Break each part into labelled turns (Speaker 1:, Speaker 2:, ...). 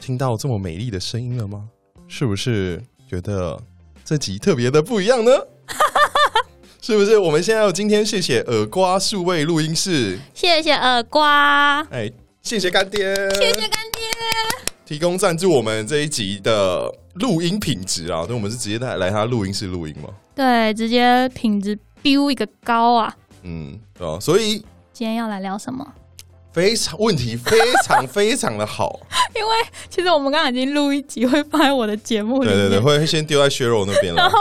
Speaker 1: 听到这么美丽的声音了吗？是不是觉得这集特别的不一样呢？ 是不是？我们现在要今天谢谢耳瓜数位录音室，
Speaker 2: 谢谢耳瓜，
Speaker 1: 哎，谢谢干爹，
Speaker 2: 谢谢干爹。
Speaker 1: 提供赞助我们这一集的录音品质啊，所以我们是直接来来他录音室录音嘛，
Speaker 2: 对，直接品质 biu 一个高啊！
Speaker 1: 嗯，对啊，所以
Speaker 2: 今天要来聊什么？
Speaker 1: 非常问题非常非常的好，
Speaker 2: 因为其实我们刚刚已经录一集会放在我的节目里
Speaker 1: 对
Speaker 2: 面，
Speaker 1: 对对，会先丢在削肉那边
Speaker 2: 然
Speaker 1: 了，
Speaker 2: 后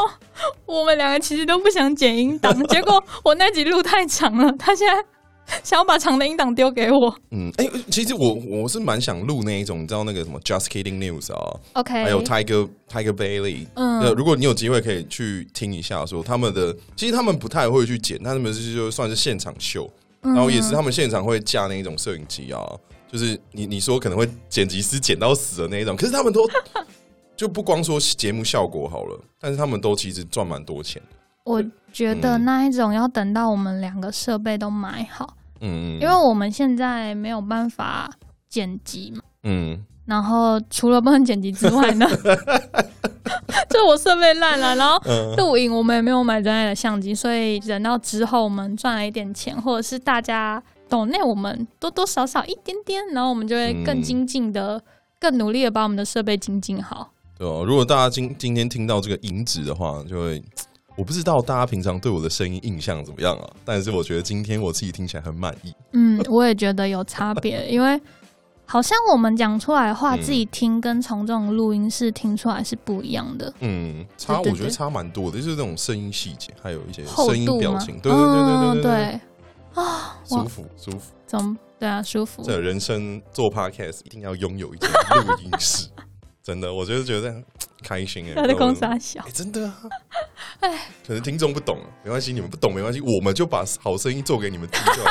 Speaker 2: 我们两个其实都不想剪音 档，结果我那集录太长了，他现在想要把长的音档丢给我。
Speaker 1: 嗯，哎、其实我我是蛮想录那一种，你知道那个什么 Just Kidding News 啊，
Speaker 2: OK，
Speaker 1: 还有 Tiger Tiger Bailey，
Speaker 2: 哎嗯
Speaker 1: 呃，如果你有机会可以去听一下，说他们的，其实他们不太会去剪，他们是就算是现场秀，
Speaker 2: 嗯
Speaker 1: 然后也是他们现场会架那一种摄影机啊，就是你你说可能会剪辑师剪到死的那一种，可是他 们都就不光说节目效果好了，但是他们都其实赚蛮多钱的，
Speaker 2: 我觉得
Speaker 1: 嗯
Speaker 2: 那一种要等到我们两个设备都买好，
Speaker 1: 嗯，
Speaker 2: 因为我们现在没有办法剪辑嘛。
Speaker 1: 嗯，
Speaker 2: 然后除了不能剪辑之外 呢，就我设备烂了，然后录影我们也没有买专业的相机，所以等到之后我们赚了一点钱，或者是大家懂内我们多多少少一点点，然后我们就会更精进的、更努力的把我们的设备精进好。
Speaker 1: 对哦，如果大家今今天听到这个音质的话，就会。我不知道大家平常对我的声音印象怎么样啊，但是我觉得今天我自己听起来很满意。
Speaker 2: 嗯，我也觉得有差别，因为好像我们讲出来的话，
Speaker 1: 嗯
Speaker 2: 自己听跟从这种录音室听出来是不一样的。
Speaker 1: 嗯，差
Speaker 2: 对对
Speaker 1: 我觉得
Speaker 2: 对
Speaker 1: 差蛮多的，就是那种声音细节，还有一些
Speaker 2: 厚
Speaker 1: 声音
Speaker 2: 度
Speaker 1: 表
Speaker 2: 吗？
Speaker 1: 情，对对对对
Speaker 2: 嗯，
Speaker 1: 对对，
Speaker 2: 对，哇
Speaker 1: 舒服舒服。
Speaker 2: 怎么对啊，舒服。
Speaker 1: 这人生做 podcast 一定要拥有一间录音室，真的，我就是觉得开心 哎、
Speaker 2: 他在
Speaker 1: 然后
Speaker 2: 公司还小
Speaker 1: 哎、，真的啊，可能听众不懂，没关系，你们不懂没关系，我们就把好声音做给你们听就好。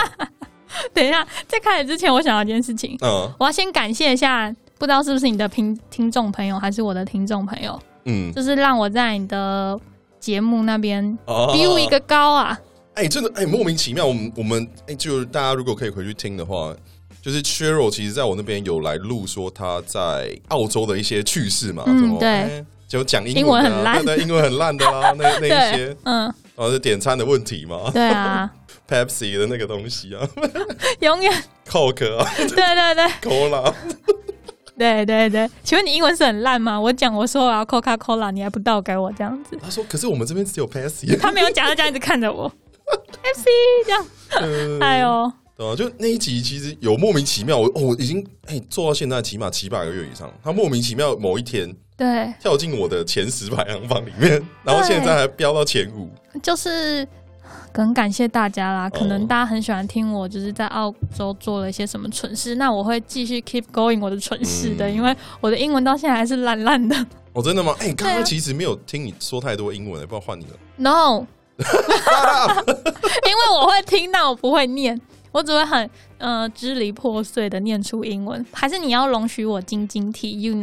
Speaker 2: 等一下，在开始之前，我想到一件事情，
Speaker 1: 嗯
Speaker 2: 我要先感谢一下，不知道是不是你的听听众朋友，还是我的听众朋友，
Speaker 1: 嗯，
Speaker 2: 就是让我在你的节目那边
Speaker 1: 哦
Speaker 2: 比武一个高啊！
Speaker 1: 哎、真的哎、莫名其妙，我们我们哎、就是大家如果可以回去听的话，就是 Cheryl 其实在我那边有来录说他在澳洲的一些趣事嘛，
Speaker 2: 嗯
Speaker 1: 什么
Speaker 2: 对
Speaker 1: 哎就讲英
Speaker 2: 英
Speaker 1: 文
Speaker 2: 文
Speaker 1: 的啊
Speaker 2: 很烂
Speaker 1: 对对英文很烂的啦、那 那一些，
Speaker 2: 对，嗯，
Speaker 1: 然后是点餐的问题嘛
Speaker 2: 对啊，
Speaker 1: ，Pepsi 的那个东西啊
Speaker 2: 永远，
Speaker 1: ，Coke 啊
Speaker 2: 对对对
Speaker 1: ，Cola，
Speaker 2: 对对对。请问你英文是很烂吗？我讲我说我要 Coca Cola，你还不倒给我这样子。
Speaker 1: 他说可是我们这边只有 Pepsi，
Speaker 2: 他没有讲，他这样一直看着 我。FC 这样，
Speaker 1: 嗯
Speaker 2: 哎呦，
Speaker 1: 对啊，就那一集其实有莫名其妙，我哦我已经哎、做到现在起码七百个月以上，他莫名其妙某一天。
Speaker 2: 对，
Speaker 1: 跳进我的前十排行榜里面，然后现在还飙到前五。
Speaker 2: 就是很感谢大家啦，可
Speaker 1: 哦
Speaker 2: 能大家很喜欢听我就是在澳洲做了一些什么蠢事，那我会继续 keep going 我的蠢事的，
Speaker 1: 嗯
Speaker 2: 因为我的英文到现在还是烂烂的。
Speaker 1: 哦，真的吗？哎、刚
Speaker 2: 对
Speaker 1: 刚
Speaker 2: 啊
Speaker 1: 其实没有听你说太多英文，不然换你了。
Speaker 2: No，因 为我会听，但我不会念，我只会很呃支离破碎的念出英文。还是你要容许我晶晶体，you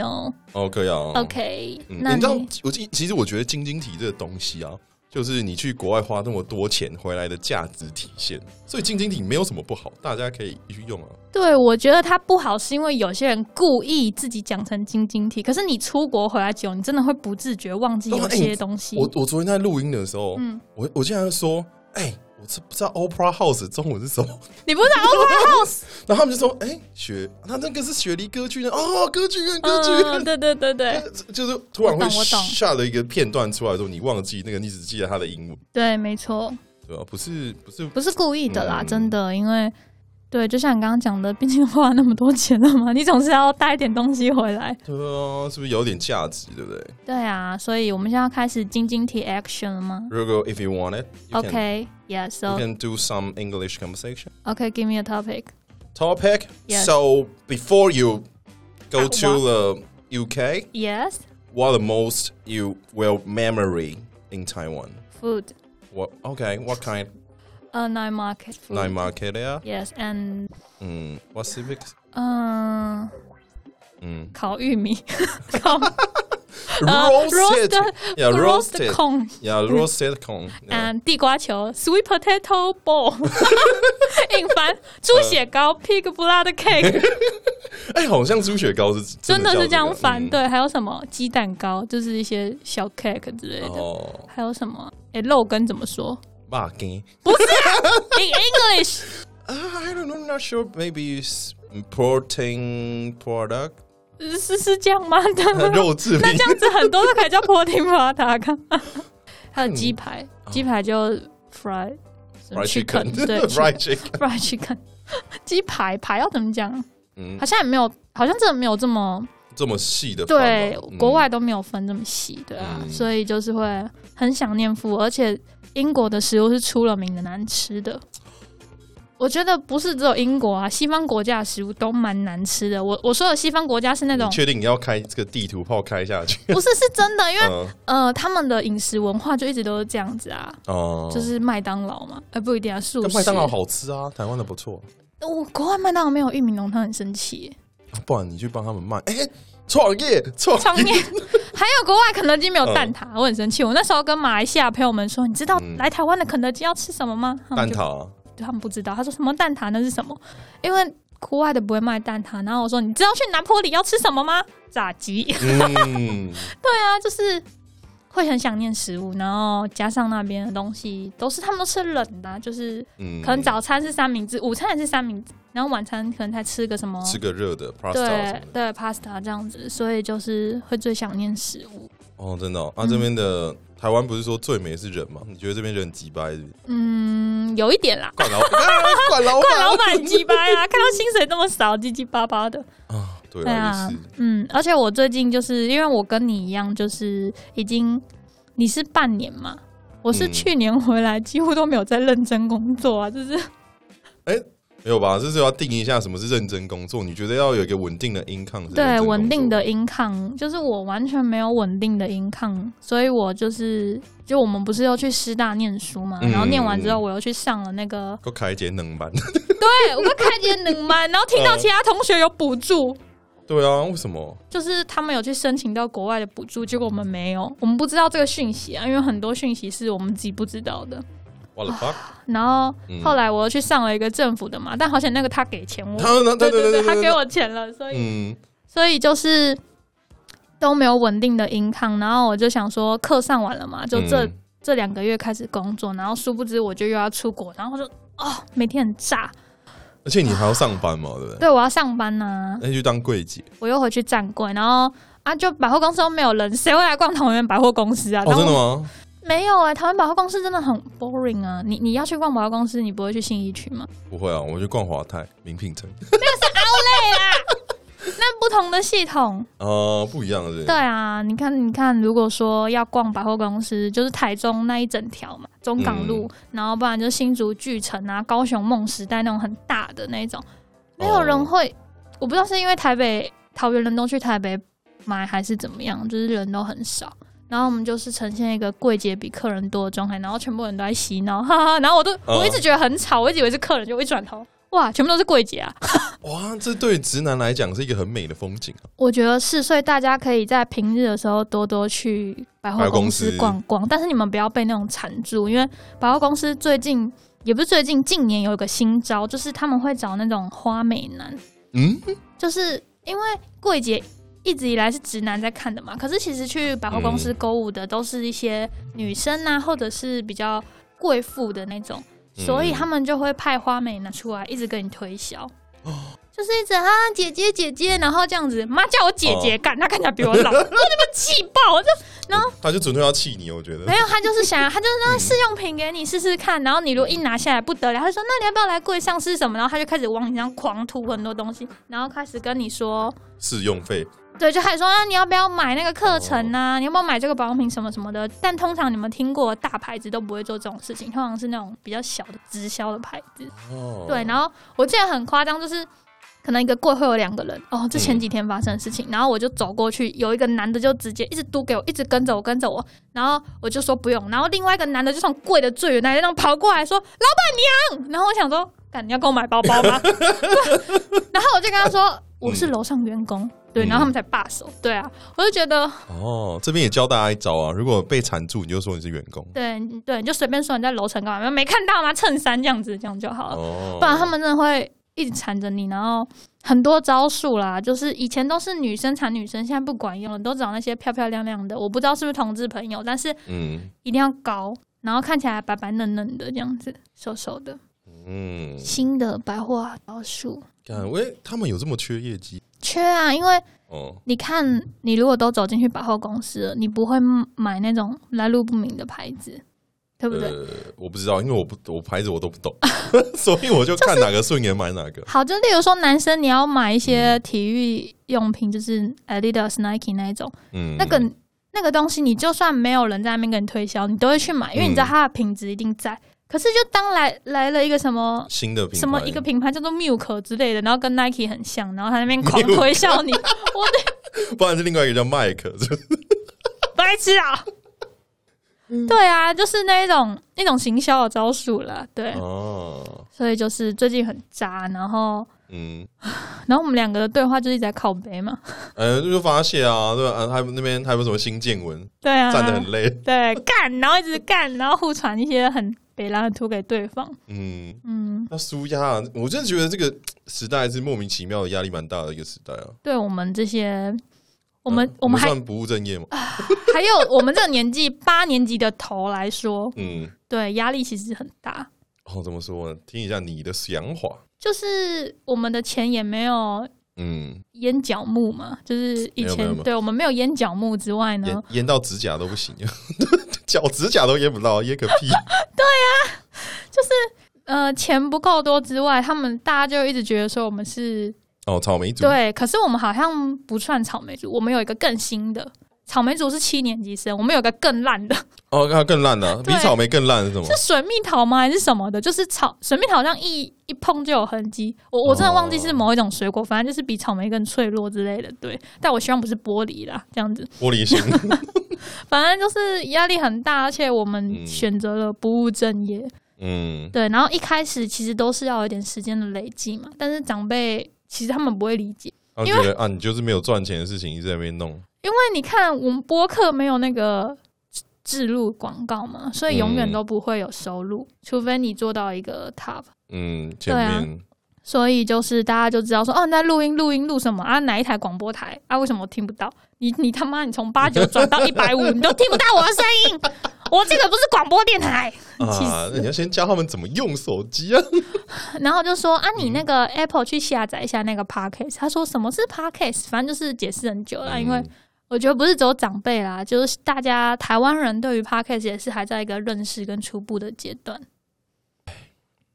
Speaker 1: 哦，可以啊。
Speaker 2: know？OK，、
Speaker 1: 嗯
Speaker 2: 那
Speaker 1: 你知道
Speaker 2: 你，
Speaker 1: 我其其实我觉得晶晶体这个东西啊，就是你去国外花那么多钱回来的价值体现，所以晶晶体没有什么不好，大家可以继续用啊。
Speaker 2: 对我觉得它不好，是因为有些人故意自己讲成晶晶体，可是你出国回来久，你真的会不自觉忘记
Speaker 1: 对啊
Speaker 2: 有
Speaker 1: 哎
Speaker 2: 些东西。
Speaker 1: 我我昨天在录音的时候，
Speaker 2: 嗯
Speaker 1: 我我竟然说，哎、我知不知道 Opera House 中文是什么？
Speaker 2: 你不是 Opera House？
Speaker 1: 然后他们就说，哎、雪，那那个是雪梨歌剧院哦，歌剧院，歌剧院。
Speaker 2: 嗯，对对对 对
Speaker 1: 就是突然
Speaker 2: 我
Speaker 1: 会
Speaker 2: 懂我懂
Speaker 1: 下了一个片段出来的时候，你忘记那个，你只记得他的英文，
Speaker 2: 对，没错，
Speaker 1: 对吧、不是不是，
Speaker 2: 不是故意的啦，
Speaker 1: 嗯
Speaker 2: 真的，因为对，就像你刚刚讲的，毕竟花了那么多钱了嘛，你总是要带一点东西回来。
Speaker 1: 对啊，是不是有点价值，对不对？
Speaker 2: 对啊，所以我们现在要开始晶晶体 action 了吗
Speaker 1: 如果 if you want it, you can you
Speaker 2: ？OK，Yeah，so
Speaker 1: can do some English conversation
Speaker 2: OK，give me a topic。
Speaker 1: topic.
Speaker 2: Yes.
Speaker 1: So before you go
Speaker 2: Uh,
Speaker 1: to the UK,
Speaker 2: Yes,
Speaker 1: what the most you will memory in Taiwan?
Speaker 2: food.
Speaker 1: What okay? What kind?
Speaker 2: A night market food.
Speaker 1: Night market area?
Speaker 2: Yes, and
Speaker 1: 嗯，what Hmm, civics？
Speaker 2: 嗯，
Speaker 1: 嗯
Speaker 2: 烤玉米， 烤
Speaker 1: ，roasted
Speaker 2: Uh, roasted-
Speaker 1: yeah
Speaker 2: roast
Speaker 1: roasted
Speaker 2: corn。
Speaker 1: yeah roasted corn yeah.
Speaker 2: 嗯，地瓜球 （sweet
Speaker 1: 嗯
Speaker 2: potato ball），硬翻猪血糕 （pig blood cake）。
Speaker 1: 哎、好像猪血糕是
Speaker 2: 真的
Speaker 1: 的
Speaker 2: 是这
Speaker 1: 叫
Speaker 2: 样
Speaker 1: 个
Speaker 2: 翻。
Speaker 1: 嗯
Speaker 2: 对，还有什么鸡蛋糕，就是一些小 cake 之类的。
Speaker 1: 哦，
Speaker 2: 还有什么？哎，肉羹怎么说
Speaker 1: 霸根。
Speaker 2: ？In English，
Speaker 1: I don't know, I'm not sure. Maybe it's protein product
Speaker 2: 是是这样吗？
Speaker 1: 肉制
Speaker 2: 那
Speaker 1: 品
Speaker 2: 这样子很多都可以叫 protein product
Speaker 1: 嗯
Speaker 2: 还有鸡排，鸡排就 fry
Speaker 1: ，fried
Speaker 2: chicken，
Speaker 1: chicken，
Speaker 2: 对
Speaker 1: fried chicken，
Speaker 2: fried chicken。鸡排排要怎么讲？
Speaker 1: 嗯
Speaker 2: 好，像也没有，好像真的没有这么
Speaker 1: 这么细的饭
Speaker 2: 对
Speaker 1: 吗，嗯
Speaker 2: 国外都没有分这么细，对啊，
Speaker 1: 嗯
Speaker 2: 所以就是会很想念父，而且英国的食物是出了名的难吃的。我觉得不是只有英国啊，西方国家的食物都蛮难吃的。我我说的西方国家是那
Speaker 1: 你
Speaker 2: 种
Speaker 1: 确定你要开这个地图炮开下去？
Speaker 2: 不是是真的，因为
Speaker 1: 嗯
Speaker 2: 呃，他们的饮食文化就一直都是这样子啊，
Speaker 1: 哦，
Speaker 2: 就是麦当劳嘛，呃，不一定啊，素
Speaker 1: 但
Speaker 2: 食。
Speaker 1: 麦当劳，好吃啊，台湾的不错，
Speaker 2: 我国外麦当劳没有玉米浓汤，很生气耶。
Speaker 1: 不然你去帮他们卖。哎，创业创
Speaker 2: 创 业，还有国外肯德基没有蛋挞，我很生气。我那时候跟马来西亚朋友们说，你知道
Speaker 1: 嗯
Speaker 2: 来台湾的肯德基要吃什么吗？他们
Speaker 1: 蛋
Speaker 2: 就
Speaker 1: 挞啊，
Speaker 2: 他们不知道，他说什么蛋挞那是什么？因为国外的不会卖蛋挞。然后我说，你知道去拿坡里要吃什么吗？炸鸡。
Speaker 1: 嗯，
Speaker 2: 对啊，就是会很想念食物，然后加上那边的东西都是他们都吃冷的啊、就是
Speaker 1: 嗯
Speaker 2: 可能早餐是三明治，午餐也是三明治，然后晚餐可能才吃个什么
Speaker 1: 吃个热的 pasta 什
Speaker 2: 对
Speaker 1: 么的
Speaker 2: 对 pasta 这样子，所以就是会最想念食物。
Speaker 1: 哦，真的哦
Speaker 2: 嗯
Speaker 1: 啊，这边的台湾不是说最美是人吗？你觉得这边人很鸡掰是 不是？
Speaker 2: 嗯，有一点啦，
Speaker 1: 管老啊管老
Speaker 2: 怪 老
Speaker 1: 板
Speaker 2: 板鸡巴 呀，看到薪水那么少，唧唧巴巴的。
Speaker 1: 啊，对
Speaker 2: 对
Speaker 1: 啊，
Speaker 2: 啊
Speaker 1: 也是，
Speaker 2: 嗯，而且我最近就是因为我跟你一样，就是已经你是半年嘛，我是
Speaker 1: 嗯
Speaker 2: 去年回来，几乎都没有在认真工作啊，就是
Speaker 1: 没有吧？就是要定义一下什么是认真工作。你觉得要有一个稳定的 income，是认真工
Speaker 2: 对
Speaker 1: 作
Speaker 2: 稳定的 income，就是我完全没有稳定的 income，所以我就是就我们不是又去师大念书嘛，
Speaker 1: 嗯
Speaker 2: 然后念完之后我又去上了那个，
Speaker 1: 够开节能班。
Speaker 2: 对我跟开节能班，然后听
Speaker 1: 嗯
Speaker 2: 到其他同学有补助，
Speaker 1: 对啊，为什么？
Speaker 2: 就是他们有去申请到国外的补助，结果我们没有，我们不知道这个讯息啊，因为很多讯息是我们自己不知道的。
Speaker 1: 我的 fuck！
Speaker 2: 然后
Speaker 1: 嗯
Speaker 2: 后来我又去上了一个政府的嘛，但好险那个他给钱我，
Speaker 1: 他 他
Speaker 2: 对
Speaker 1: 对对对
Speaker 2: 他给
Speaker 1: 对，
Speaker 2: 我钱了，所以、
Speaker 1: 嗯
Speaker 2: 所以就是都没有稳定的 income，然后我就想说课上完了嘛，就这、
Speaker 1: 嗯
Speaker 2: 这两个月开始工作，然后殊不知我就又要出国，然后我就哦每天很炸，
Speaker 1: 而且你还要上班嘛，对不对？
Speaker 2: 对我要上班呐、
Speaker 1: 那就去当柜姐
Speaker 2: 我又回去站柜，然后啊就百货公司都没有人，谁会来逛桃园百货公司啊？
Speaker 1: 哦，
Speaker 2: 然后
Speaker 1: 真的吗？
Speaker 2: 没有哎、台湾百货公司真的很 boring 啊！你你要去逛百货公司，你不会去信义区吗？
Speaker 1: 不会啊，我去逛华泰名品城。
Speaker 2: 那不同的系统，
Speaker 1: 哦，不一样的，
Speaker 2: 对啊，你看你看，如果说要逛百货公司，就是台中那一整条嘛，中港路，然后不然就是新竹巨城啊、高雄梦时代那种很大的那种，没有人会，我不知道是因为台北桃园人都去台北买还是怎么样，就是人都很少。然后我们就是呈现一个柜姐比客人多的状态，然后全部人都在洗脑，哈哈。然后我都、
Speaker 1: 嗯
Speaker 2: 我一直觉得很吵，我一直以为是客人，就我一转头，哇，全部都是柜姐啊！
Speaker 1: 哇，这对直男来讲是一个很美的风景啊。
Speaker 2: 我觉得是，所以大家可以在平日的时候多多去百货公司逛逛，但是你们不要被那种缠住，因为百货公司最近也不是最近，近年有一个新招，就是他们会找那种花美男，
Speaker 1: 嗯，
Speaker 2: 就是因为柜姐一直以来是直男在看的嘛，可是其实去百货公司购物的都是一些女生啊，或者是比较贵妇的那种，
Speaker 1: 嗯
Speaker 2: 所以他们就会派花美男出来一直跟你推销。就是一直啊，姐姐姐姐，然后这样子，妈叫我姐姐，干、她看起来比我老，我他妈气爆！我就
Speaker 1: 他就纯粹要气你，哦我觉得
Speaker 2: 没。有，她就是想要，她就是那试用品给你试试看，然后你如果一拿下来不得了，她就说那你要不要来柜上试什么？然后她就开始往你身上狂吐很多东西，然后开始跟你说
Speaker 1: 试用费
Speaker 2: 对，就还说啊，你要不要买那个课程啊？你要不要买这个保养品什么什么的？但通常你们听过的大牌子都不会做这种事情，通常是那种比较小的直销的牌子。
Speaker 1: 哦，
Speaker 2: 对，然后我记得很夸张，就是可能一个柜会有两个人哦，
Speaker 1: 嗯
Speaker 2: 这前几天发生的事情。然后我就走过去，有一个男的就直接一直嘟给我，一直跟着我，跟着我。然后我就说不用，然后另外一个男的就从柜的最远那里那样跑过来说：“老板娘。”然后我想说：“干，你要给我买包包吗？” 对然后我就跟他说：“我是楼上员工。”对，
Speaker 1: 嗯
Speaker 2: 然后他们才罢手。对啊，我就觉得，
Speaker 1: 哦，这边也教大家一招啊，如果被缠住，你就说你是员工。
Speaker 2: 对对，你就随便说你在楼层干嘛，没看到吗？衬衫这样子，这样就好了。
Speaker 1: 哦，
Speaker 2: 不然他们真的会一直缠着你，然后很多招数啦，就是以前都是女生缠女生，现在不管用了，都找那些漂漂亮亮的。我不知道是不是同志朋友，但是
Speaker 1: 嗯
Speaker 2: 一定要高，然后看起来白白嫩嫩的这样子，瘦瘦的。
Speaker 1: 嗯，
Speaker 2: 新的白话招数
Speaker 1: 看喂，他们有这么缺业绩
Speaker 2: 缺啊，因为
Speaker 1: 哦？
Speaker 2: 你看，你如果都走进去百货公司了，你不会买那种来路不明的牌子，对不对？
Speaker 1: 呃，我不知道，因为我不我牌子我都不懂， 所以我就看哪个顺眼买哪个。
Speaker 2: 好，就例如说男生你要买一些体育用品，就是 Adidas、Nike 那一种，
Speaker 1: 嗯，
Speaker 2: 那个那个东西，你就算没有人在那边给你推销，你都会去买，因为你知道它的品质一定在。可是就当来来了一个什么。
Speaker 1: 新的品牌
Speaker 2: 什么一个品牌叫做 Milk 之类的，然后跟 Nike 很像，然后他那边狂推销 你，我的
Speaker 1: 不然是另外一个叫麦 克，就是
Speaker 2: 白痴啊！对啊，就是那一种那种行销的招数啦，对，
Speaker 1: 哦，
Speaker 2: 所以就是最近很渣，然后
Speaker 1: 嗯，
Speaker 2: 然后我们两个的对话就是一直在靠背嘛，
Speaker 1: 呃，就发泄啊，对吧？啊，还有那边还有什么新见闻，
Speaker 2: 对啊，
Speaker 1: 站得很累，
Speaker 2: 对干，然后一直干，然后互传一些很北蓝的图给对方，
Speaker 1: 嗯。
Speaker 2: 嗯，
Speaker 1: 那舒压啊，我真的觉得这个时代是莫名其妙的压力蛮大的一个时代啊。
Speaker 2: 对我们这些，我们、
Speaker 1: 嗯
Speaker 2: 我们还 啊
Speaker 1: 算不务正业嘛？
Speaker 2: 还有我们这个年纪八年级的头来说，
Speaker 1: 嗯，
Speaker 2: 对压力其实很大，
Speaker 1: 哦，怎么说呢？听一下你的想法。
Speaker 2: 就是我们的钱也没有
Speaker 1: 嗯，
Speaker 2: 烟角木嘛，就是以
Speaker 1: 没有没有没
Speaker 2: 前
Speaker 1: 有
Speaker 2: 对我们没有烟角木之外呢
Speaker 1: 淹，淹到指甲都不行， 脚指甲都淹不到，淹个 屁！
Speaker 2: 呃，钱不够多之外，他们大家就一直觉得说我们是
Speaker 1: 哦，草莓族，
Speaker 2: 对，可是我们好像不算草莓族，我们有一个更新的草莓族是七年级生，我们有个更烂的
Speaker 1: 哦，那更烂了，比
Speaker 2: 对
Speaker 1: 草莓更烂是什么
Speaker 2: 是？水蜜桃吗？还是什么的？就是草水蜜桃好像一一碰就有痕迹，我我真的忘
Speaker 1: 哦
Speaker 2: 记是某一种水果，反正就是比草莓更脆弱之类的。对，但我希望不是玻璃啦，这样子，
Speaker 1: 玻璃心。
Speaker 2: 反正就是压力很大，而且我们
Speaker 1: 嗯
Speaker 2: 选择了不务正业。
Speaker 1: 嗯，
Speaker 2: 对，然后一开始其实都是要有一点时间的累积嘛，但是长辈其实他们不会理解，
Speaker 1: 我觉得啊，你就是没有赚钱的事情一直在那边弄。
Speaker 2: 因为你看我们播客没有那个植植入广告嘛，所以永远
Speaker 1: 嗯
Speaker 2: 都不会有收入，除非你做到一个 top。
Speaker 1: 嗯，前
Speaker 2: 对啊
Speaker 1: 面
Speaker 2: 所以就是大家就知道说，哦，那录音录音录什么啊？哪一台广播台啊？为什么我听不到？你你他妈，你从八九转到一百五，你都听不到我的声音， 我这个不是广播电台。气死
Speaker 1: 啊，那你要先教他们怎么用手机啊。
Speaker 2: 然后就说啊，你那
Speaker 1: 嗯
Speaker 2: 个 Apple 去下载一下那个 Podcast。他说什么是 Podcast？反正就是解释很久
Speaker 1: 嗯
Speaker 2: 了，因为我觉得不是只有长辈啦，就是大家台湾人对于 Podcast 也是还在一个认识跟初步的阶段。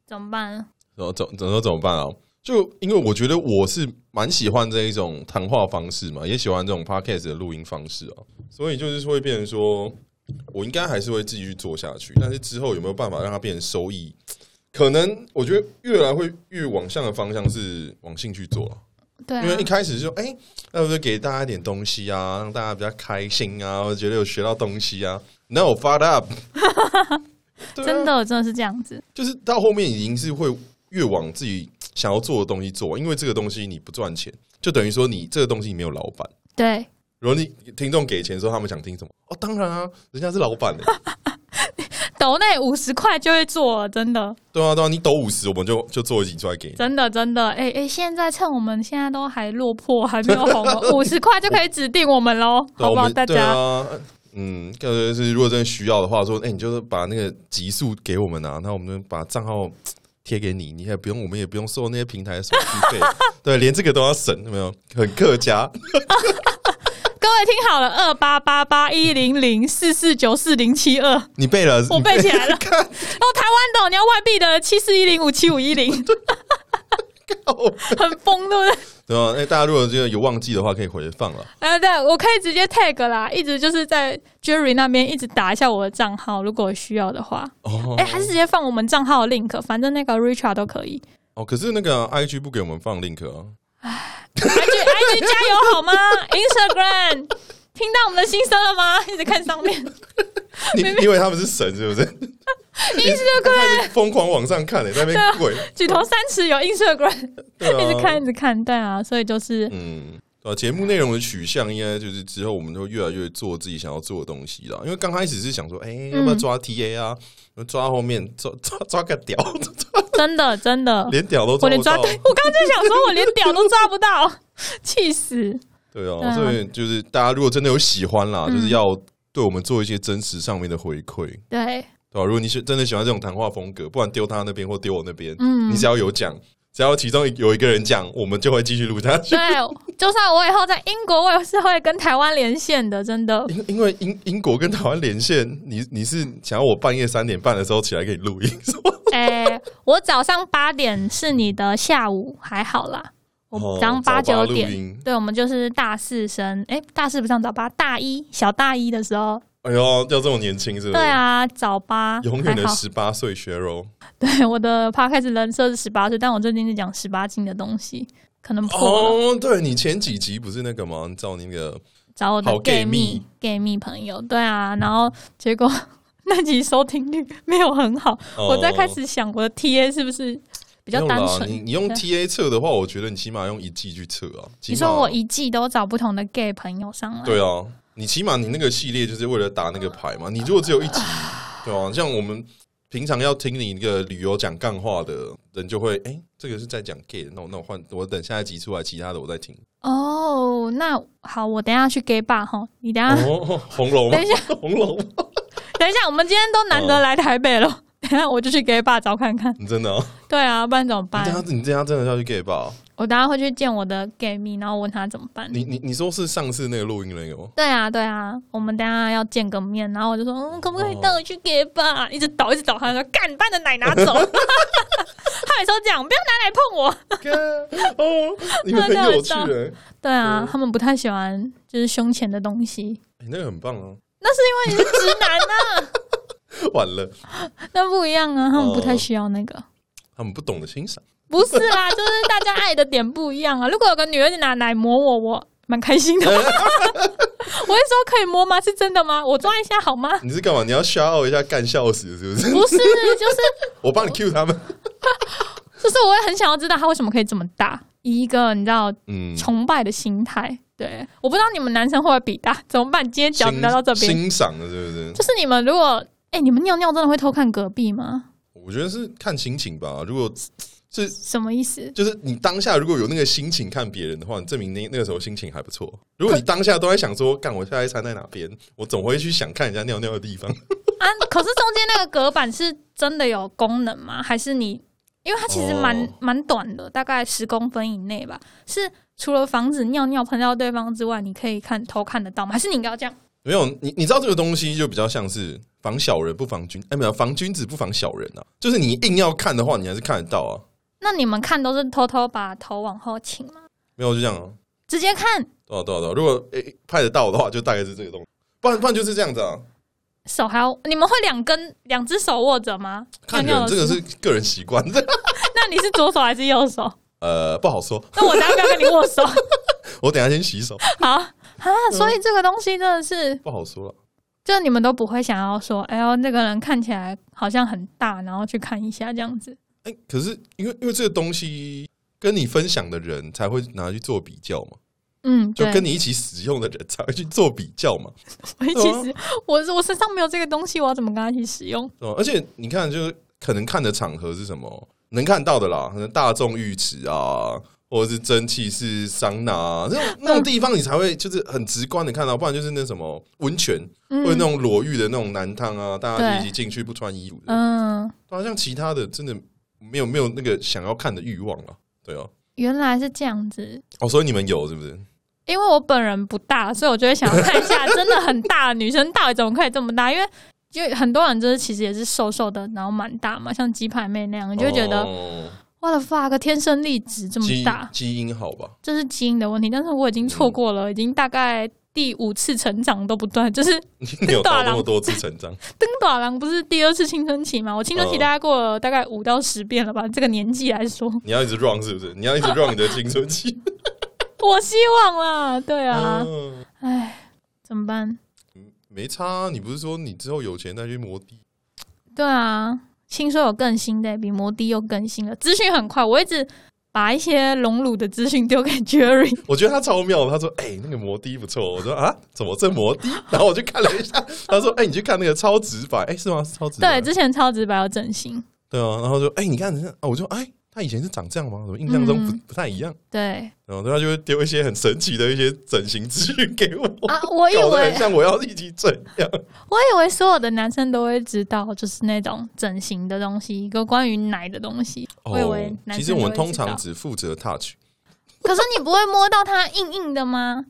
Speaker 2: 怎么办？
Speaker 1: 然后怎怎说怎么办啊？就因为我觉得我是蛮喜欢这一种谈话方式嘛，也喜欢这种 podcast 的录音方式啊，所以就是会变成说，我应该还是会继续做下去，但是之后有没有办法让它变成收益？可能我觉得越来会越往向的方向是往兴趣做啊、
Speaker 2: 对、啊，
Speaker 1: 因为一开始就哎、那我就给大家一点东西啊，让大家比较开心啊，我觉得有学到东西啊。No, fuck up，对啊
Speaker 2: 真的真的是这样子。
Speaker 1: 就是到后面已经是会越往自己想要做的东西做，因为这个东西你不赚钱，就等于说你这个东西你没有老板。
Speaker 2: 对，
Speaker 1: 如果你听众给钱的时候，他们想 听什么？哦，当然啊，人家是老板的、
Speaker 2: 抖内五十块就会做了，真的，
Speaker 1: 对啊，对啊，你抖五十，我们就就做一集出来给你。
Speaker 2: 真的，真的。哎、哎、现在趁我们现在都还落魄，还没有 红，五十块就可以指定我们喽，
Speaker 1: 对啊
Speaker 2: 好
Speaker 1: 我
Speaker 2: 不好？
Speaker 1: 们
Speaker 2: 大
Speaker 1: 对
Speaker 2: 家、
Speaker 1: 啊，嗯，感觉是如果真的需要的话，说，哎、你就是把那个集数给我们啊，那我们就把账号贴给你，你也不用，我们也不用收那些平台的手 续费，对，连这个都要省，有没有？很客家，
Speaker 2: 各位听好了，二八八八一零零四四九四零七二，
Speaker 1: 你背了，
Speaker 2: 我
Speaker 1: 你
Speaker 2: 背起来了。
Speaker 1: 看
Speaker 2: 然后台湾的，你要外币的七四一零五七五一 零，
Speaker 1: 哦
Speaker 2: 很疯，对不对？
Speaker 1: 对啊，那、大家如果真的有忘记的话，可以回放了。
Speaker 2: 啊，对，我可以直接 tag 啦，一直就是在 Jerry 那边一直打一下我的账号，如果需要的话，
Speaker 1: 哦
Speaker 2: 哎、还是直接放我们账号的 link，反正那个 Richard 都可以。
Speaker 1: 哦，可是那个啊 IG 不给我们放 link 啊，
Speaker 2: IG IG 加油好吗？Instagram，听到我们的心声了吗？ 一直看上面
Speaker 1: 你你以为他们是神是不 是？Instagram 开始疯狂往上看欸诶、在那 边跪，
Speaker 2: 举头三尺有 Instagram，
Speaker 1: 对啊，
Speaker 2: 一直看一直看，对啊，所以就是
Speaker 1: 嗯，对吧、节目内容的取向应该就是之后我们都越来越做自己想要做的东西啦。因为刚开始是想说，哎、
Speaker 2: 嗯
Speaker 1: 要不要抓 TA 啊？抓到后面抓抓抓个 屌，
Speaker 2: 真的真的，
Speaker 1: 连屌都
Speaker 2: 我
Speaker 1: 抓
Speaker 2: 连
Speaker 1: 不
Speaker 2: 抓，
Speaker 1: 到
Speaker 2: 我。刚刚就想说，我连屌都抓不到， 气死！
Speaker 1: 对
Speaker 2: 对
Speaker 1: 啊，
Speaker 2: 啊
Speaker 1: 所以就是大家如果真的有喜欢啦，
Speaker 2: 嗯
Speaker 1: 就是要对我们做一些真实上面的回馈，
Speaker 2: 对，
Speaker 1: 对吧、如果你是真的喜欢这种谈话风格，不管丢他那边或丢我那边，
Speaker 2: 嗯
Speaker 1: 你只要有讲，只要其中有一个人讲，我们就会继续录下去。
Speaker 2: 对，就算我以后在英国，我也是会跟台湾连线的，真的。
Speaker 1: 因因为英英国跟台湾连线，你你是想要我半夜三点半的时候起来给你录音是吗？
Speaker 2: 哎、我早上八点是你的，下午还好啦。我
Speaker 1: 哦
Speaker 2: 早上八
Speaker 1: 早八
Speaker 2: 九
Speaker 1: 录
Speaker 2: 点，
Speaker 1: 音
Speaker 2: 对，我们就是大四生，哎、大四不上早八，大一小大一的时候，
Speaker 1: 哎呦，要这种年轻是不是？
Speaker 2: 对，啊，早八
Speaker 1: 永远
Speaker 2: 还
Speaker 1: 的
Speaker 2: 好。
Speaker 1: 十八岁学肉。
Speaker 2: 对，我的 p 开始人设是十八岁，但我最近是讲十八禁的东西，可能破了。
Speaker 1: 哦，对你前几集不是那个吗？你找那个
Speaker 2: 找我的
Speaker 1: 好
Speaker 2: gay
Speaker 1: gay
Speaker 2: 蜜
Speaker 1: 蜜
Speaker 2: gay 蜜朋友，对啊，然后结果 那集收听率没有很好，
Speaker 1: 哦
Speaker 2: 我在开始想我的 TA 是不是比
Speaker 1: 比
Speaker 2: 较单纯？
Speaker 1: 你你用
Speaker 2: 对
Speaker 1: TA 测的话，我觉得你起码用一季去测啊。起
Speaker 2: 你
Speaker 1: 码
Speaker 2: 说我一季都找不同的 gay 朋友上来，
Speaker 1: 对啊，你起码你那个系列就是为了打那个牌嘛。你如果只有一集，对啊，像我们平常要听你一个旅游讲干话的人，就会哎、诶这个是在讲 gay 的，那我那我换，我等下一集出来，其他的我再听。
Speaker 2: 哦，那好，我等一下去 gay bar 哈，你等一下、
Speaker 1: 哦，红楼吗
Speaker 2: 啊等一？
Speaker 1: 红楼吗？
Speaker 2: 等一下，我们今天都难得来台北了， 等一下我就去 gay bar 找看看。
Speaker 1: 你真的、啊？
Speaker 2: 对啊，不然怎么
Speaker 1: 你等下
Speaker 2: 办？
Speaker 1: 你等下真的要去 gay 吧？
Speaker 2: 我等一下会去见我的 gay 蜜，然后问他怎么办。
Speaker 1: 你你你说是上次那个录音那 个吗？
Speaker 2: 对啊，对啊，我们等一下要见个面，然后我就说，嗯，可不可以带我去 gay
Speaker 1: 哦
Speaker 2: bar？一直倒，一直倒，他说，干，你把你的奶拿 走。他每次都这样，不要拿奶碰我。
Speaker 1: 哦，你们很有趣哎、诶
Speaker 2: 对啊，
Speaker 1: 嗯
Speaker 2: 他们不太喜欢就是胸前的东西，
Speaker 1: 你那个很棒啊！
Speaker 2: 那是因为你是直男啊，
Speaker 1: 完了，
Speaker 2: 那不一样啊，他们不太需要那个。
Speaker 1: 他们不懂得欣赏。
Speaker 2: 不是啦， 就是大家爱的点不一样啊。如果有个女儿拿奶磨我，我蛮开心 的。我会说可以摸吗？是真的吗？我抓一下好吗？
Speaker 1: 你是干嘛？你要 shout out 一下干笑死是不是？
Speaker 2: 不 是，就是
Speaker 1: 我帮你 cue 他们。
Speaker 2: 就是，我会很想要知道他为什么可以这么大，以一个你知道
Speaker 1: 嗯，
Speaker 2: 崇拜的心态。对，我不知道你们男生会不会比大，怎么办？今天
Speaker 1: 欣
Speaker 2: 讲聊到这边，
Speaker 1: 欣赏的，是不是？
Speaker 2: 就是你们如果哎、你们尿尿真的会偷看隔壁吗？
Speaker 1: 我觉得是看心情吧。如果是
Speaker 2: 什么意思？
Speaker 1: 就是你当下如果有那个心情看别人的话，你证明那那个时候心情还不错。如果你当下都在想说，干我下一餐在哪边，我总会去想看人家尿尿的地方。
Speaker 2: 啊，可是中间那个隔板是真的有功能吗？还是你？因为它其实蛮
Speaker 1: 哦
Speaker 2: 蛮、短的，大概十公分以内吧。是除了防止尿尿喷到对方之外，你可以看偷看得到吗？还是你应该要这样？
Speaker 1: 没有，你你知道这个东西就比较像是防小人不防君，哎，没有防君子不防小人啊。就是你硬要看的话，你还是看得到啊。
Speaker 2: 那你们看都是偷偷把头往后倾吗？
Speaker 1: 没有就这样啊，
Speaker 2: 直接看
Speaker 1: 对啊对啊对啊。如果诶、拍得到的话，就大概是这个东西。不然不然就是这样子啊。
Speaker 2: 手还要？你们会两根 两只手握着吗？
Speaker 1: 看
Speaker 2: 尿尿的
Speaker 1: 人这个
Speaker 2: 时候
Speaker 1: 是个人习惯， 这
Speaker 2: 那你是左手还是右手？
Speaker 1: 呃不好说。
Speaker 2: 那我等下不要跟你握手。
Speaker 1: 我等一下先洗手，
Speaker 2: 好啊，
Speaker 1: 嗯
Speaker 2: 所以这个东西真的是
Speaker 1: 不好说了。
Speaker 2: 就你们都不会想要说，哎呦，那个人看起来好像很大，然后去看一下这样子。
Speaker 1: 哎、可是因为因为这个东西跟你分享的人才会拿去做比较嘛，
Speaker 2: 嗯，
Speaker 1: 就
Speaker 2: 对，
Speaker 1: 跟你一起使用的人才会去做比较嘛，
Speaker 2: 我其实我我身上没有这个东西，我要怎么跟他一起使用？
Speaker 1: 对吧？哦而且你看，就是可能看的场合是什么，能看到的啦，可能大众浴池啊，或者是蒸汽式桑拿、啊、这种那种地方，你才会就是很直观的看到，不然就是那什么温泉
Speaker 2: 嗯
Speaker 1: 或者那种裸浴的那种男汤啊，大家
Speaker 2: 对
Speaker 1: 一起进去不穿衣服的，
Speaker 2: 嗯，
Speaker 1: 好、像其他的真的没有没有那个想要看的欲望了，对啊，
Speaker 2: 原来是这样子。
Speaker 1: 哦，所以你们有是不是？
Speaker 2: 因为我本人不大，所以我就会想要看一下，真的很大的女生到底怎么可以这么大？因为因为很多人就是其实也是瘦瘦的，然后蛮大嘛，像鸡排妹那样，你就会觉得
Speaker 1: 哦
Speaker 2: 我的 fuck，天生丽质这么
Speaker 1: 基
Speaker 2: 大，
Speaker 1: 基因好吧？
Speaker 2: 这是基因的问题。但是我已经错过了，已经大概第五次成长都不断，就是
Speaker 1: 你有
Speaker 2: 大
Speaker 1: 到
Speaker 2: 郎
Speaker 1: 那么多次成长，
Speaker 2: 登短郎不是第二次青春期吗？我青春期
Speaker 1: 嗯
Speaker 2: 大概过了大概五到十遍了吧，这个年纪来说，
Speaker 1: 你要一直 run 是不是？你要一直 run 你的青春期。
Speaker 2: 我希望啦， 对啊，
Speaker 1: 嗯
Speaker 2: 唉，怎么办？
Speaker 1: 没差啊、你不是说你之后有钱再去摩的？
Speaker 2: 对啊，新说有更新的，比摩的又更新了，资讯很快，我一直把一些隆乳的资讯丢给 Jerry，
Speaker 1: 我觉得他超妙的，他说：“哎、那个摩的不错。”我说：“啊，怎么这摩的？” 然后我就看了一下，他说：“哎、你去看那个超直白，哎、是吗？是超直白
Speaker 2: 对，，之前超直白有整形，
Speaker 1: 对啊。”然后就：“哎、你看人家，啊，我就哎，他以前是长这样吗？怎么印象中不、
Speaker 2: 嗯
Speaker 1: 不太一样
Speaker 2: 对？”
Speaker 1: 然后他就会丢一些很神奇的一些整形资讯给我，
Speaker 2: 啊，我以
Speaker 1: 搞得
Speaker 2: 为
Speaker 1: 很像我要一起整样。
Speaker 2: 我以为所有的男生都会知道，就是那种整形的东西，一个关于奶的东西。 我以为男
Speaker 1: 哦
Speaker 2: 生
Speaker 1: 其实我们通
Speaker 2: 都
Speaker 1: 常
Speaker 2: 会知
Speaker 1: 只负责 touch，
Speaker 2: 道，可是你不会摸到它硬硬的吗？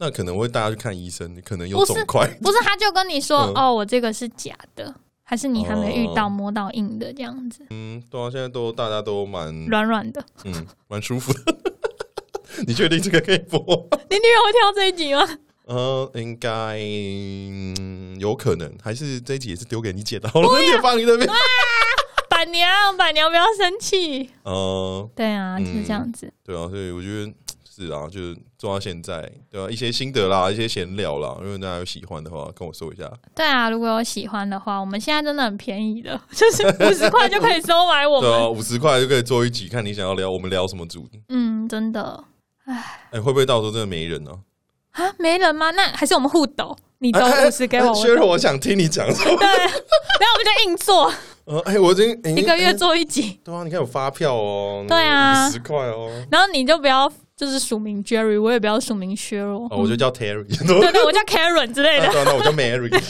Speaker 1: 那可能会大家去看医生，可能有
Speaker 2: 不是
Speaker 1: 肿块。
Speaker 2: 不是，他就跟你说
Speaker 1: 嗯：“
Speaker 2: 哦，我这个是假的，还是你还没遇
Speaker 1: 哦
Speaker 2: 到摸到硬的这样子，
Speaker 1: 嗯，对啊，现在都大家都蛮
Speaker 2: 软软的。
Speaker 1: 嗯蛮舒服的。 你确定这个可以播？”
Speaker 2: 你女友会听到这一集吗？
Speaker 1: 呃，应该、嗯有可能，还是这一集也是丢给你姐的好了，你也放你那边。
Speaker 2: 啊板娘，板娘不要生气。
Speaker 1: 呃，
Speaker 2: 对啊，
Speaker 1: 嗯
Speaker 2: 就是这样子。
Speaker 1: 对啊，所以我觉得是啊，就是做到现在，对啊，一些心得啦，一些闲聊啦，如果大家有喜欢的话，跟我说一下。
Speaker 2: 对啊，如果有喜欢的话，我们现在真的很便宜的， 就是五十块就可以收买我
Speaker 1: 对啊，
Speaker 2: 们。
Speaker 1: 五十块就可以做一集，看你想要聊，我们聊什么主题？
Speaker 2: 嗯，真的
Speaker 1: 哎、会不会到时候真的没人呢、
Speaker 2: 啊，没人吗？那还是我们互抖，你抖
Speaker 1: 啊？
Speaker 2: 五十给我，我
Speaker 1: 薛
Speaker 2: 抖
Speaker 1: 若，我想听你讲什么。
Speaker 2: 对，然后我们就硬做，
Speaker 1: 呃，哎、我已经已经
Speaker 2: 一个月
Speaker 1: 哎
Speaker 2: 做一集，
Speaker 1: 对啊，你看有发票哦，
Speaker 2: 对啊
Speaker 1: 十块哦，
Speaker 2: 然后你就不要就是署名 Jerry，我也不要署名削弱。
Speaker 1: 哦，我就叫 Terry，
Speaker 2: 对啊对，我叫 Karen 之类
Speaker 1: 对
Speaker 2: 的，
Speaker 1: 啊，那我叫 Mary，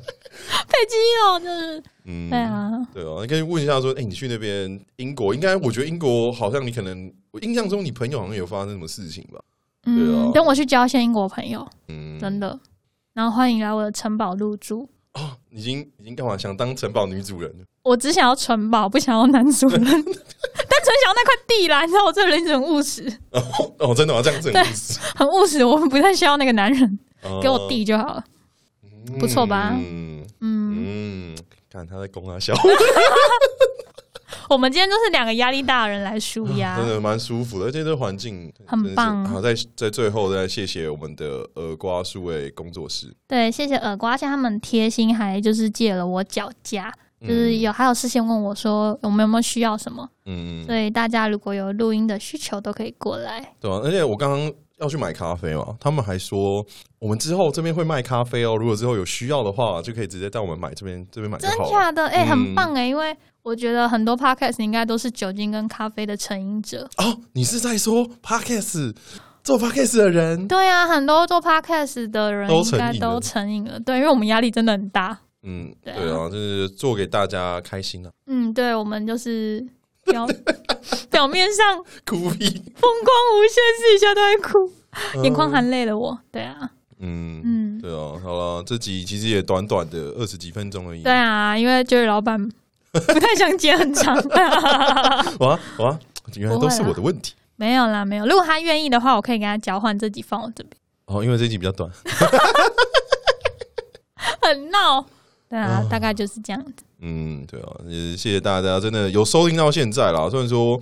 Speaker 2: 佩姬哦，就是
Speaker 1: 嗯，
Speaker 2: 对啊，
Speaker 1: 对啊，你可以问一下说，哎、你去那边英国，应该我觉得英国好像你可能，我印象中你朋友好像有发生什么事情吧？对啊
Speaker 2: 嗯，等我去交一些英国朋友，
Speaker 1: 嗯，
Speaker 2: 真的，然后欢迎来我的城堡入住。
Speaker 1: 哦，已经已经干嘛？想当城堡女主人了？
Speaker 2: 我只想要城堡，不想要男主 人，但纯想要那块地啦。你知道我这个人一直很务实，
Speaker 1: 哦， 哦真的吗？这样子很
Speaker 2: 对
Speaker 1: 意思，
Speaker 2: 很务实，我不太需要那个男人，
Speaker 1: 哦
Speaker 2: 给我地就好了。不错吧
Speaker 1: 嗯
Speaker 2: 嗯，
Speaker 1: 嗯，看他在攻他笑，
Speaker 2: 我们今天就是两个压力大的人来舒 压
Speaker 1: 真，的蛮舒服的，而且这环境
Speaker 2: 哎很
Speaker 1: 真的是
Speaker 2: 棒
Speaker 1: 好，在在最后再谢谢我们的耳瓜数位工作室，
Speaker 2: 对，谢谢耳瓜，而且他们贴心，还就是借了我脚架，就是有还有事先问我说我们有没有需要什么，
Speaker 1: 嗯，
Speaker 2: 所以大家如果有录音的需求都可以过来。
Speaker 1: 对啊，而且我刚刚要去买咖啡嘛，他们还说我们之后这边会卖咖啡哦，如果之后有需要的话，就可以直接带我们买这边这边买就
Speaker 2: 真
Speaker 1: 好了。
Speaker 2: 假的？哎、
Speaker 1: 嗯
Speaker 2: 很棒哎、因为我觉得很多 podcast 应该都是酒精跟咖啡的成瘾者。
Speaker 1: 哦，你是在说 podcast 做 podcast 的人？
Speaker 2: 对啊，很多做 podcast 的人
Speaker 1: 都
Speaker 2: 应
Speaker 1: 成瘾了
Speaker 2: 该都成瘾了。对，因为我们压力真的很大。
Speaker 1: 嗯，对
Speaker 2: 对啊
Speaker 1: 啊，就是做给大家开心啊，
Speaker 2: 嗯，对，我们就是 表表面上
Speaker 1: 哭屁，
Speaker 2: 风光无限，私底下都在哭，
Speaker 1: 嗯
Speaker 2: 眼眶。含泪了我。对啊，
Speaker 1: 嗯嗯，
Speaker 2: 嗯，
Speaker 1: 对啊，好了，这集其实也短短的二十几分钟而已。
Speaker 2: 对啊，因为就是老板 不太想接很长。
Speaker 1: 哇哇，原来都是我的问题
Speaker 2: 没有啦，没有。如果他愿意的话，我可以跟他交换这集放我这边。
Speaker 1: 哦，因为这集比较短。
Speaker 2: 很闹。对啊
Speaker 1: 啊，
Speaker 2: 大概就是这样子。
Speaker 1: 嗯，对啊，也谢谢大家，真的有收听到现在啦。虽然说，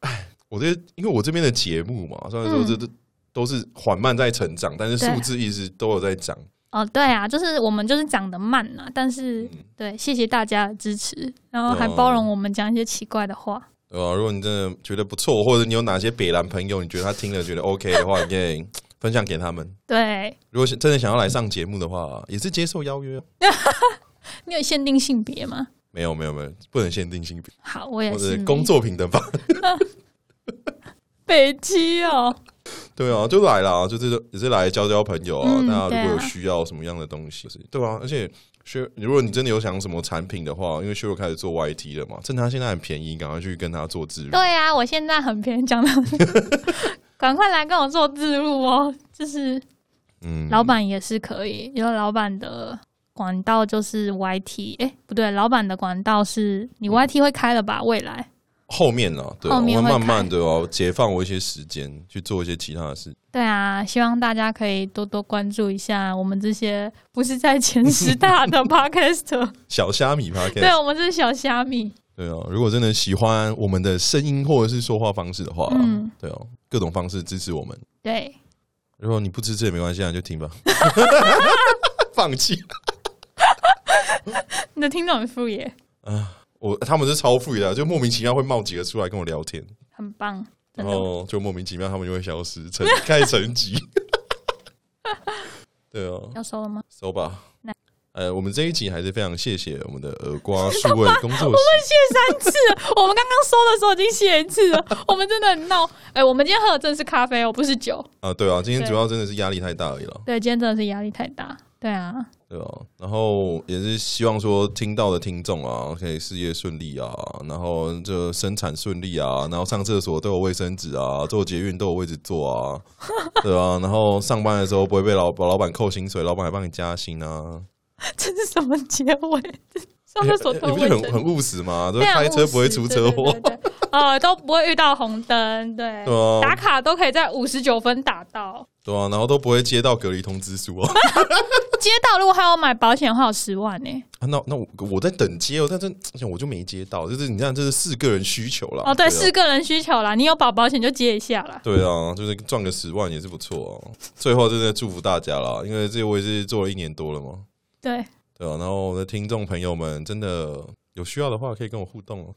Speaker 1: 哎，我这因为我这边的节目嘛，虽然说
Speaker 2: 嗯
Speaker 1: 这都都是缓慢在成长，但是数字一直都有在涨。
Speaker 2: 哦，对啊，就是我们就是长得慢啦，但是
Speaker 1: 嗯，
Speaker 2: 对，谢谢大家的支持，然后还
Speaker 1: 哦
Speaker 2: 包容我们讲一些奇怪的话。
Speaker 1: 对啊，如果你真的觉得不错，或者你有哪些北兰朋友，你觉得他听了觉得 OK 的话，你可以分享给他们。
Speaker 2: 对，
Speaker 1: 如果是真的想要来上节目的话，也是接受邀约。啊
Speaker 2: 你有限定性别吗？
Speaker 1: 没有没有没有，不能限定性别，
Speaker 2: 好，我也
Speaker 1: 或
Speaker 2: 是
Speaker 1: 者工作平等吧。
Speaker 2: 北基哦。
Speaker 1: 对啊，就来啦，就是也是来交交朋友啊。
Speaker 2: 嗯
Speaker 1: 大家如
Speaker 2: 对啊
Speaker 1: 果有需要什么样的东西，就是对啊。而且薛，如果你真的有想什么产品的话，因为薛若开始做 YT 了嘛，趁他现在很便宜，赶快去跟他做自入。
Speaker 2: 对啊，我现在很便宜讲的， 赶快来跟我做自录哦。就是
Speaker 1: 嗯
Speaker 2: 老板也是可以，因为老板的管道就是 YT，哎、不对，老板的管道是
Speaker 1: 嗯
Speaker 2: 你 YT 会开了吧？未来
Speaker 1: 后面呢、啊，对、啊，
Speaker 2: 后
Speaker 1: 我
Speaker 2: 面
Speaker 1: 会
Speaker 2: 会
Speaker 1: 慢慢的哦、解放我一些时间去做一些其他的事。
Speaker 2: 对啊，希望大家可以多多关注一下我们这些不是在前十大 的 podcast，
Speaker 1: 小虾米 p o d
Speaker 2: 对我们是小虾米。
Speaker 1: 对啊，如果真的喜欢我们的声音或者是说话方式的话，
Speaker 2: 嗯
Speaker 1: 对哦、各种方式支持我们。
Speaker 2: 对，
Speaker 1: 如果你不支持也没关系，啊，你就听吧， 放弃。
Speaker 2: 你的听众很敷衍。
Speaker 1: 啊我他们是超富裕的，就莫名其妙会冒几个出来跟我聊天。
Speaker 2: 很棒，真
Speaker 1: 然
Speaker 2: 的。
Speaker 1: 后就莫名其妙他们就会消失，成开始成级。 对哦，
Speaker 2: 要收了吗？
Speaker 1: 收吧
Speaker 2: 那。
Speaker 1: 呃，我们这一集还是非常谢谢我们的耳瓜数位工作 室。
Speaker 2: 谢三次了，我们刚刚收的时候已经谢一次 了。我们真的很闹，哎、我们今天喝的真的是咖啡哦，不是酒。
Speaker 1: 啊，对啊，今天
Speaker 2: 对
Speaker 1: 主要真的是压力太大而已了，
Speaker 2: 对，今天真的是压力太大。对啊，
Speaker 1: 对啊。然后也是希望说听到的听众啊，可以事业顺利啊，然后这生产顺利啊，然后上厕所都有卫生纸啊，做捷运都有位置坐 啊，对啊。然后上班的时候不会被老老板扣薪水，老板还帮你加薪啊。
Speaker 2: 这是什么结尾？ 上厕所
Speaker 1: 你
Speaker 2: 偷
Speaker 1: 不
Speaker 2: 卫
Speaker 1: 是
Speaker 2: 生
Speaker 1: 很很务实吗？就是开车不会出车祸，
Speaker 2: 对对对对呃，都不会遇到红灯，对，
Speaker 1: 对啊
Speaker 2: 打卡都可以在五十九分打到。
Speaker 1: 对啊，然后都不会接到隔离通知书啊。
Speaker 2: 街道如果还有买保险的话，有十万欸呢、
Speaker 1: 啊那那我我在等接哦，但是而且我就没接到，就是你看，这是四个人需求啦。
Speaker 2: 哦，对，
Speaker 1: 啊
Speaker 2: 是个人需求啦，你有保保险就接一下啦。
Speaker 1: 对啊，就是赚个十万也是不错哦。最后真的祝福大家啦，因为这我也是做了一年多了嘛，
Speaker 2: 对
Speaker 1: 对啊。然后我的听众朋友们，真的有需要的话可以跟我互动哦。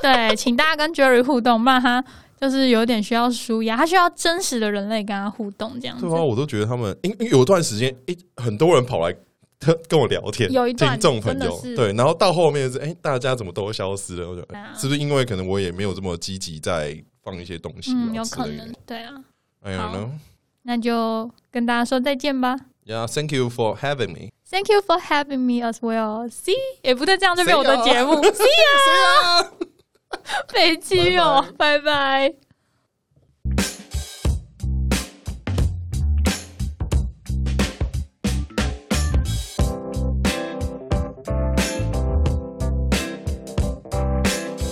Speaker 2: 对，请大家跟 Jerry 互动，不然他就是有点需要舒压，他需要真实的人类跟他互动这样子
Speaker 1: 对。啊，我都觉得他们，因因为有段时间，诶、很多人跑来跟我聊天，
Speaker 2: 有一段
Speaker 1: 听众朋
Speaker 2: 真的
Speaker 1: 友
Speaker 2: 是
Speaker 1: 对，然后到后面是，诶、大家怎么都消失了？我觉得、
Speaker 2: 啊
Speaker 1: 是不是因为可能我也没有这么积极在放一些东西、啊
Speaker 2: 嗯，有
Speaker 1: 之
Speaker 2: 可
Speaker 1: 类的
Speaker 2: 能，对啊。
Speaker 1: I don't
Speaker 2: 好
Speaker 1: know.
Speaker 2: 那就跟大家说再见吧。
Speaker 1: Yeah, thank you for having me.
Speaker 2: Thank you for having me as well. See，也不对，这样就变我的
Speaker 1: See ya
Speaker 2: 节目。See ya，
Speaker 1: See ya.
Speaker 2: 北极哦，拜拜。